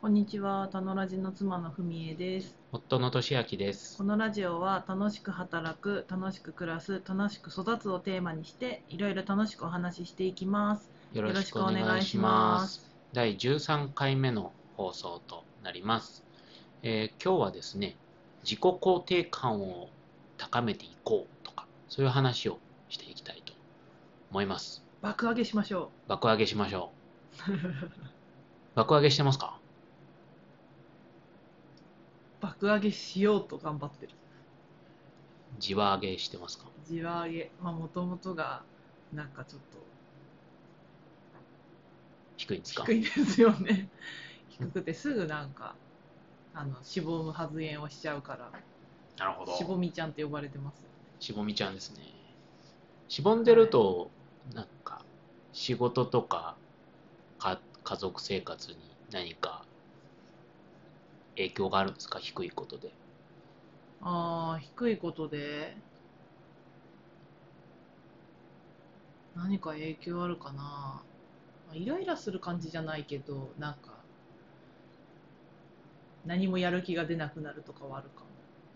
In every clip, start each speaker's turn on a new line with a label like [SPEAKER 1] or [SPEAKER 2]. [SPEAKER 1] こんにちは、たのラジの妻のふみえです。
[SPEAKER 2] 夫の俊明です
[SPEAKER 1] こ。のラジオは楽しく働く、楽しく暮らす、楽しく育つをテーマにして、いろいろ楽しくお話ししていきます。
[SPEAKER 2] よ
[SPEAKER 1] ろ
[SPEAKER 2] ろ
[SPEAKER 1] し
[SPEAKER 2] し
[SPEAKER 1] く
[SPEAKER 2] く
[SPEAKER 1] お
[SPEAKER 2] お
[SPEAKER 1] 願
[SPEAKER 2] 願
[SPEAKER 1] い
[SPEAKER 2] い
[SPEAKER 1] し
[SPEAKER 2] し
[SPEAKER 1] ま
[SPEAKER 2] ますす。第13回目の放送となります。えー今日はですね、自己肯定感を高めていこうとか、そういう話をしていきたいと思います。
[SPEAKER 1] 爆上げしましょ
[SPEAKER 2] 爆上げしましょ
[SPEAKER 1] う。
[SPEAKER 2] う。爆上げしてますか
[SPEAKER 1] 爆上げしようと頑張ってる。
[SPEAKER 2] じわ上げしてますか
[SPEAKER 1] じわ上げ。まあ、もともとが、なんかちょっ
[SPEAKER 2] 低いんです
[SPEAKER 1] と
[SPEAKER 2] か
[SPEAKER 1] 低いですよね。低くてすぐなんか、あの、しぼむ発言をしちゃうから、
[SPEAKER 2] なるほ
[SPEAKER 1] しぼみちゃんって呼ばれてます。
[SPEAKER 2] しぼみちゃんですね。しぼんでると、なんか、仕事とかか、家族生活に何か影響があるんですか低いことで。
[SPEAKER 1] ああ、低いことで、何か影響あるかな。まあイライラする感じじゃないけど、なんか、何もやる気が出なくなるとかはあるかも。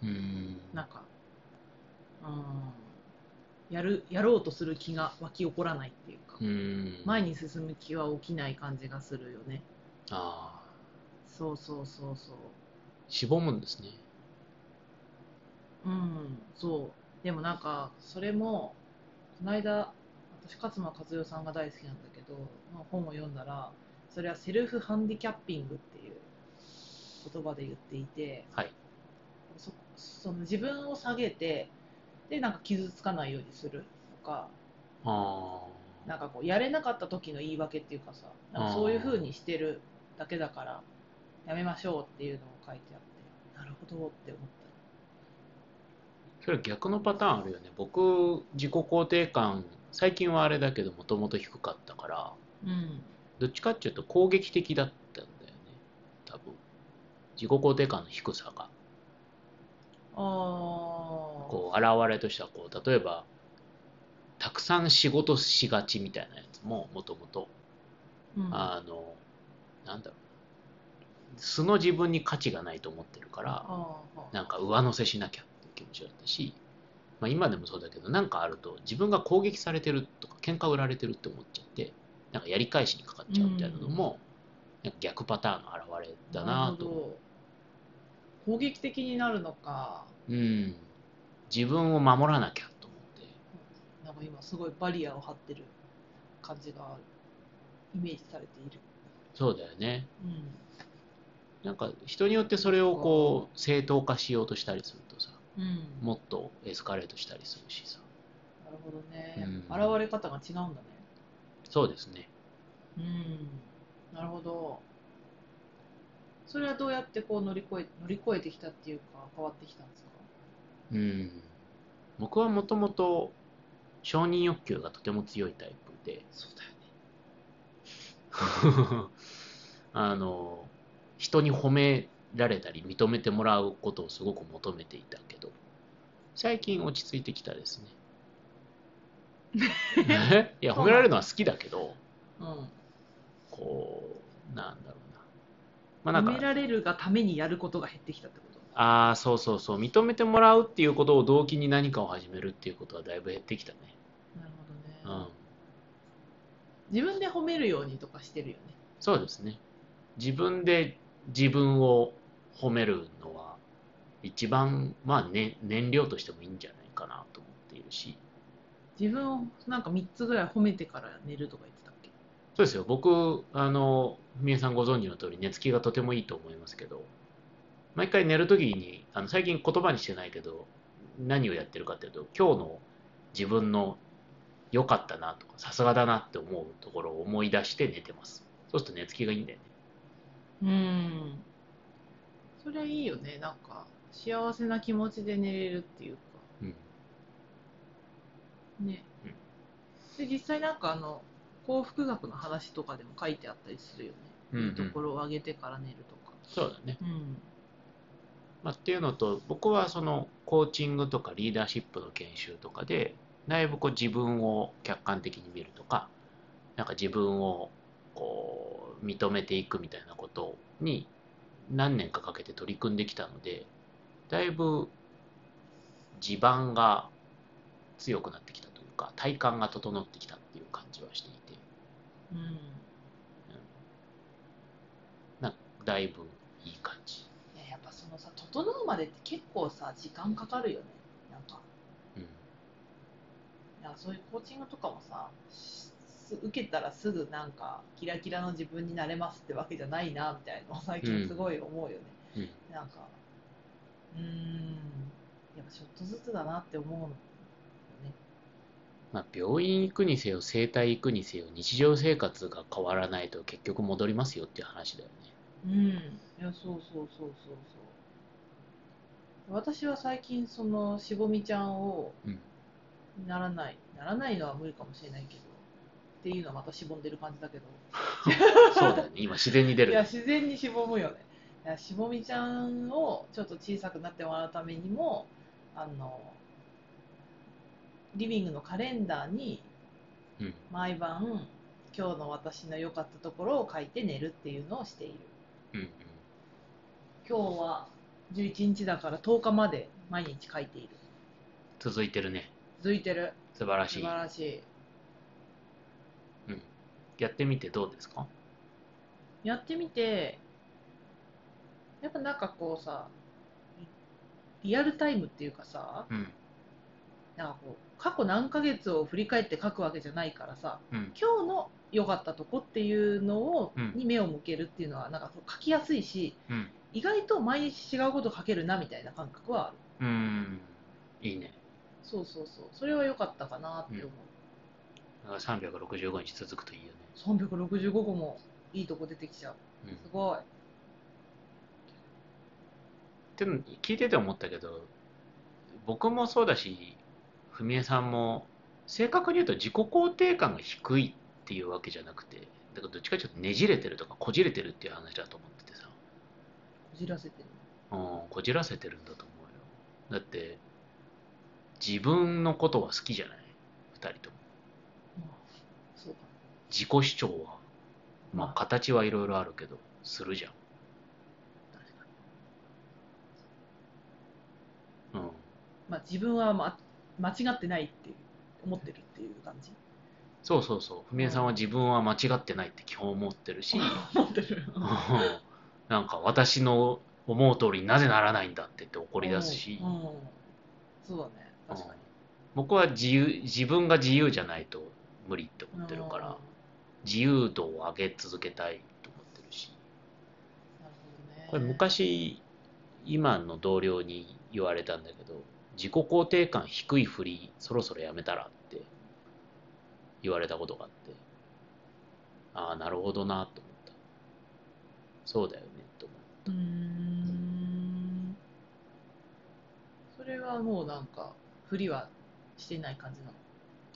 [SPEAKER 2] うーん。
[SPEAKER 1] なんか、うん、やる、やろうとする気が湧き起こらないっていうか
[SPEAKER 2] う、ーん。
[SPEAKER 1] 前に進む気は起きない感じがするよね。
[SPEAKER 2] ああ。
[SPEAKER 1] そうそうそうそう。
[SPEAKER 2] しぼむんですね。
[SPEAKER 1] うん、そう。でもなんか、それも、この間、私、勝間和代さんが大好きなんだけど、の本を読んだら、それはセルフハンディキャッピングっていう言葉で言っていて、
[SPEAKER 2] はい
[SPEAKER 1] そその自分を下げて、で、なんか傷つかないようにするとか、
[SPEAKER 2] ああ。
[SPEAKER 1] なんかこう、やれなかった時の言い訳っていうかさ、なんかそういう風にしてるだけだから、やめましょうっていうのを書いてあって、なるほどって思った。
[SPEAKER 2] それ逆のパターンあるよね。僕、自己肯定感、最近はあれだけど、もともと低かったから、
[SPEAKER 1] うん。
[SPEAKER 2] どっちかっていうと攻撃的だったんだよね。多分。自己肯定感の低さが。
[SPEAKER 1] ああ。
[SPEAKER 2] こう現れとしてはこう例えばたくさん仕事しがちみたいなやつももともと
[SPEAKER 1] うん
[SPEAKER 2] あのなんだろう素の自分に価値がないと思ってるから
[SPEAKER 1] ああはあ
[SPEAKER 2] なんか上乗せしなきゃっていう気持ちだったし、まあ、今でもそうだけどなんかあると自分が攻撃されてるとか喧嘩売られてるって思っちゃってなんかやり返しにかかっちゃうみたいなのも、なんか逆パターンの表れだな
[SPEAKER 1] る
[SPEAKER 2] と
[SPEAKER 1] ほど攻撃的になるのか
[SPEAKER 2] うん自分を守らなきゃと思って
[SPEAKER 1] なんか今すごいバリアを張ってる感じがイメージされている、
[SPEAKER 2] そうだよね
[SPEAKER 1] うん、
[SPEAKER 2] なんか人によってそれをこう正当化しようとしたりするとさ
[SPEAKER 1] うん
[SPEAKER 2] もっとエスカレートしたりするしさ
[SPEAKER 1] なるほどね、
[SPEAKER 2] う
[SPEAKER 1] 現
[SPEAKER 2] ん
[SPEAKER 1] れ方が違うんだね
[SPEAKER 2] そうですね
[SPEAKER 1] うんなるほどそれはどうやってこう乗り越え乗り越えてきたっていうか変わってきたんですか
[SPEAKER 2] うん僕はもともと承認欲求がとても強いタイプ で
[SPEAKER 1] そうだよね
[SPEAKER 2] あの人に褒められたり認めてもらうことをすごく求めていたけど最近落ち着いてきたですね いや褒められるのは好きだけど
[SPEAKER 1] うん
[SPEAKER 2] こう、なんだろうな。まあなん
[SPEAKER 1] 褒め
[SPEAKER 2] か、
[SPEAKER 1] られるがためにやることが減ってきたってこと
[SPEAKER 2] ああ、そうそうそう、認めてもらうっていうことを動機に何かを始めるっていうことはだいぶ減ってきたね。
[SPEAKER 1] なる
[SPEAKER 2] う
[SPEAKER 1] ほどね、
[SPEAKER 2] ん。
[SPEAKER 1] 自分で褒めるようにとかしてるよね
[SPEAKER 2] そうですね。自分で自分を褒めるのは、一番、まあ、ね、燃料としてもいいんじゃないかなと思っているし、
[SPEAKER 1] 自分をなんか3つぐらい褒めてから寝るとか言ってたっけ
[SPEAKER 2] そうですよ、僕、あの、皆さんご存知の通り、寝つきがとてもいいと思いますけど、毎回寝るときに、あの最近言葉にしてないけど、何をやってるかっていうと、今日の自分の良かったなとか、さすがだなって思うところを思い出して寝てます。そうすると寝つきがいいんだよね。
[SPEAKER 1] うんそれいいよねなんか幸せな気持ちで寝れるっていうか
[SPEAKER 2] うん。
[SPEAKER 1] ね、
[SPEAKER 2] う
[SPEAKER 1] で
[SPEAKER 2] ん
[SPEAKER 1] 実際なんかあの幸福学の話とかでも書いてあったりするよね、
[SPEAKER 2] うんう
[SPEAKER 1] い
[SPEAKER 2] ん
[SPEAKER 1] いところを上げてから寝るとか
[SPEAKER 2] そうだね。
[SPEAKER 1] うん
[SPEAKER 2] まあ、っていうのと、僕はそのコーチングとかリーダーシップの研修とかで、だいぶこう自分を客観的に見るとか、なんか自分をこう認めていくみたいなことに何年かかけて取り組んできたのでだいぶ地盤が強くなってきたというか体幹が整ってきたっていう感じはしていて
[SPEAKER 1] うん
[SPEAKER 2] なだいぶいい感じ、
[SPEAKER 1] いややっぱそのさ整うまでって結構さ時間かかるよねなんか
[SPEAKER 2] うん、
[SPEAKER 1] いやそういうコーチングとかもさし受けたらすぐなんかキラキラの自分になれますってわけじゃないなみたいなのを 最近すごい思うよね、
[SPEAKER 2] うん
[SPEAKER 1] なんかうーんやっぱちょっとずつだなって思うのよね
[SPEAKER 2] まあ、病院行くにせよ整体行くにせよ日常生活が変わらないと結局戻りますよっていう話だよ ね
[SPEAKER 1] うんいやそうそうそうそうそう私は最近そのしぼみちゃんを
[SPEAKER 2] うん
[SPEAKER 1] ならないならないのは無理かもしれないけどっていうのはまたしぼんでる感じだけど
[SPEAKER 2] そうだよね今自然に出
[SPEAKER 1] いや
[SPEAKER 2] る
[SPEAKER 1] 自然にしぼむよねいやしぼみちゃんをちょっと小さくなってもらうためにもあのリビングのカレンダーに
[SPEAKER 2] うん
[SPEAKER 1] 毎晩今日の私の良かったところを書いて寝るっていうのをしている
[SPEAKER 2] うんうん
[SPEAKER 1] 今日は11日だから10日まで毎日書いている
[SPEAKER 2] 続いてるね
[SPEAKER 1] 続いてる
[SPEAKER 2] 素晴らし
[SPEAKER 1] 素
[SPEAKER 2] い
[SPEAKER 1] 晴らしい
[SPEAKER 2] やってみてどうですか
[SPEAKER 1] やってみてやっぱなんかこうさリアルタイムっていうかさ
[SPEAKER 2] うん
[SPEAKER 1] なんかこう過去何ヶ月を振り返って書くわけじゃないからさ
[SPEAKER 2] うん
[SPEAKER 1] 今日の良かったとこっていうのを、
[SPEAKER 2] うん
[SPEAKER 1] に目を向けるっていうのはなんかこう書きやすいし
[SPEAKER 2] うん
[SPEAKER 1] 意外と毎日違うこと書けるなみたいな感覚はある
[SPEAKER 2] うんいいね
[SPEAKER 1] そうそうそうそれは良かったかなって思
[SPEAKER 2] だから365日続くといいよね
[SPEAKER 1] う、365個もいいとこ出てきちゃう
[SPEAKER 2] うん
[SPEAKER 1] すごい
[SPEAKER 2] でも聞いてて思ったけど僕もそうだし文江さんも正確に言うと自己肯定感が低いっていうわけじゃなくてだからどっちかちょっとねじれてるとかこじれてるっていう話だと思っててさ、
[SPEAKER 1] こじらせてる
[SPEAKER 2] うん、こじらせてるんだと思うよだって自分のことは好きじゃない2人とも
[SPEAKER 1] うんそうか
[SPEAKER 2] 自己主張はまあ形はいろいろあるけどするじゃん
[SPEAKER 1] 確かに
[SPEAKER 2] うん
[SPEAKER 1] まあ自分は、ま、間違ってないっていう思ってるっていう感 じ
[SPEAKER 2] そうそうそう文江さんは自分は間違ってないって基本思って るし
[SPEAKER 1] 思ってる
[SPEAKER 2] うんなんか私の思う通りになぜならないんだって言って怒り出すし、
[SPEAKER 1] うんうんそうだね確かに
[SPEAKER 2] 僕は自由自分が自由じゃないと無理って思ってるか
[SPEAKER 1] うん
[SPEAKER 2] ら自由度を上げ続けたいと思ってるし
[SPEAKER 1] なるほどね
[SPEAKER 2] これ昔今の同僚に言われたんだけど自己肯定感低いふりそろそろやめたらって言われたことがあってああなるほどなと思ったそうだよねと思
[SPEAKER 1] うーんそれはもうなんかふりはしてない感じなの
[SPEAKER 2] う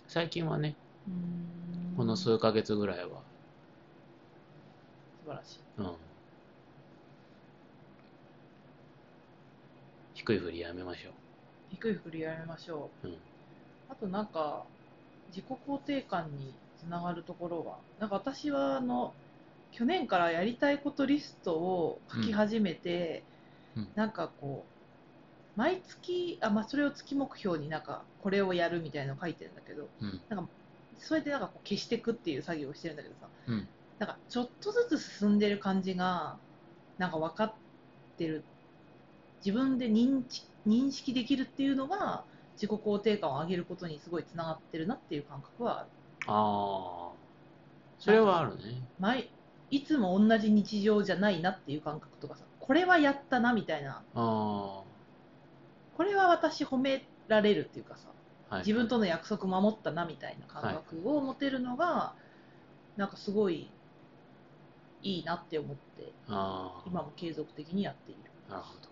[SPEAKER 2] 最近はね
[SPEAKER 1] うーん
[SPEAKER 2] この
[SPEAKER 1] 素
[SPEAKER 2] 数ヶ月ぐらいは、
[SPEAKER 1] 晴らしい
[SPEAKER 2] うん、低い振りやめましょ
[SPEAKER 1] 低いふりやめましょう
[SPEAKER 2] う、うん、
[SPEAKER 1] あとなんか自己肯定感につながるところはなんか私はあの去年からやりたいことリストを書き始めて、
[SPEAKER 2] うんうん
[SPEAKER 1] なんかこう毎月あ、まあ、それを月目標になんかこれをやるみたいなの書いてるんだけど
[SPEAKER 2] うん
[SPEAKER 1] それでなんかこう消していくっていう作業をしてるんだけどさ
[SPEAKER 2] うん
[SPEAKER 1] なんかちょっとずつ進んでる感じがなんか分かってる自分で認知認識できるっていうのが自己肯定感を上げることにすごいつながってるなっていう感覚はある
[SPEAKER 2] ああそれはあるね
[SPEAKER 1] 毎いつも同じ日常じゃないなっていう感覚とかさこれはやったなみたいな
[SPEAKER 2] あ
[SPEAKER 1] これは私褒められるっていうかさ
[SPEAKER 2] あ、はい、
[SPEAKER 1] 自分との約束守ったなみたいな感覚を持てるのが、なんかすごいいいなって思って
[SPEAKER 2] ああ
[SPEAKER 1] 今も継続的にやっている
[SPEAKER 2] なるほど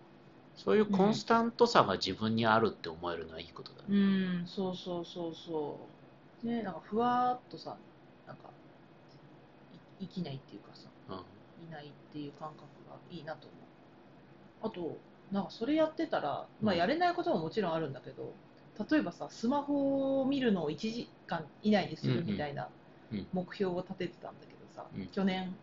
[SPEAKER 2] そういうコンスタントさが自分にあるって思えるのはいいことだね、
[SPEAKER 1] うんそうそうそうそうねなんかふわーっとさなんかい生きないっていうかさ
[SPEAKER 2] うん
[SPEAKER 1] いないっていう感覚がいいなと思うあとなんかそれやってたら、まあ、
[SPEAKER 2] うん
[SPEAKER 1] やれないことももちろんあるんだけど、例えばさスマホを見るのを1時間以内にするみたいな
[SPEAKER 2] うんうん
[SPEAKER 1] 目標を立ててたんだけどさ、
[SPEAKER 2] うん
[SPEAKER 1] 去年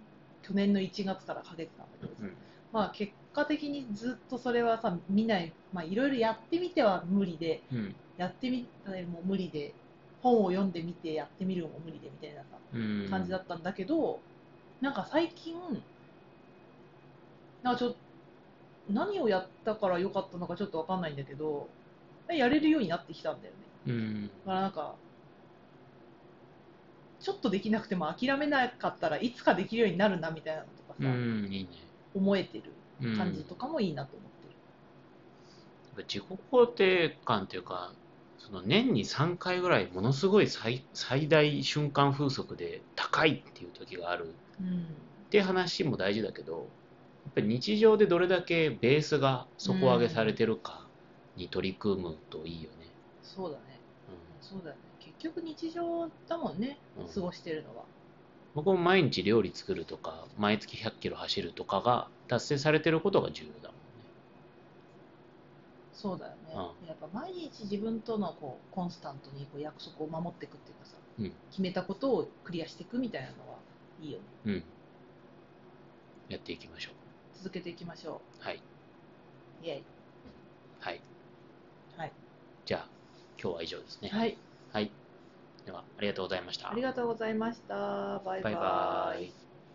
[SPEAKER 1] 去年の1月からかけてたんだけどさ、
[SPEAKER 2] うん
[SPEAKER 1] まあ、結果的にずっとそれはさ見ない、まあ、いろいろやってみては無理で
[SPEAKER 2] うん
[SPEAKER 1] やってみないも無理で本を読んでみてやってみるも無理でみたいなさ
[SPEAKER 2] うん
[SPEAKER 1] 感じだったんだけど、なんか最近なんかちょ何をやったから良かったのかちょっと分かんないんだけどやれるようになってきたんだよね
[SPEAKER 2] うん
[SPEAKER 1] だからなんかちょっとできなくても諦めなかったらいつかできるようになるなみたいなのとか
[SPEAKER 2] う
[SPEAKER 1] さ、
[SPEAKER 2] んいいね
[SPEAKER 1] 思えてる
[SPEAKER 2] うん
[SPEAKER 1] 感じとかもいいなと思ってる。
[SPEAKER 2] 自己肯定感というかその年に3回ぐらいものすごい最最大瞬間風速で高いっていう時がある
[SPEAKER 1] うん
[SPEAKER 2] って話も大事だけどやっぱり日常でどれだけベースが底上げされてるかに取り組むといいよね。
[SPEAKER 1] そうだね、そうだよね。結局日常だもんね
[SPEAKER 2] うん、
[SPEAKER 1] 過ごしてるのは。
[SPEAKER 2] 僕も毎日料理作るとか毎月100キロ走るとかが達成されてることが重要だもんね。
[SPEAKER 1] そうだよね。やっぱ毎日自分とのこうコンスタントにこう約束を守っていくっていうかさ、
[SPEAKER 2] うん
[SPEAKER 1] 決めたことをクリアしていくみたいなのはいいよね。
[SPEAKER 2] うん、やっていきましょ
[SPEAKER 1] 続けていきましょ
[SPEAKER 2] う。はい、
[SPEAKER 1] う。イエ
[SPEAKER 2] はい、
[SPEAKER 1] はい、
[SPEAKER 2] じゃあ今日は以上ですね。
[SPEAKER 1] イ。はい。
[SPEAKER 2] はい、ではありがとうございました。
[SPEAKER 1] ありがとうございました。バイバイ。
[SPEAKER 2] バイバイ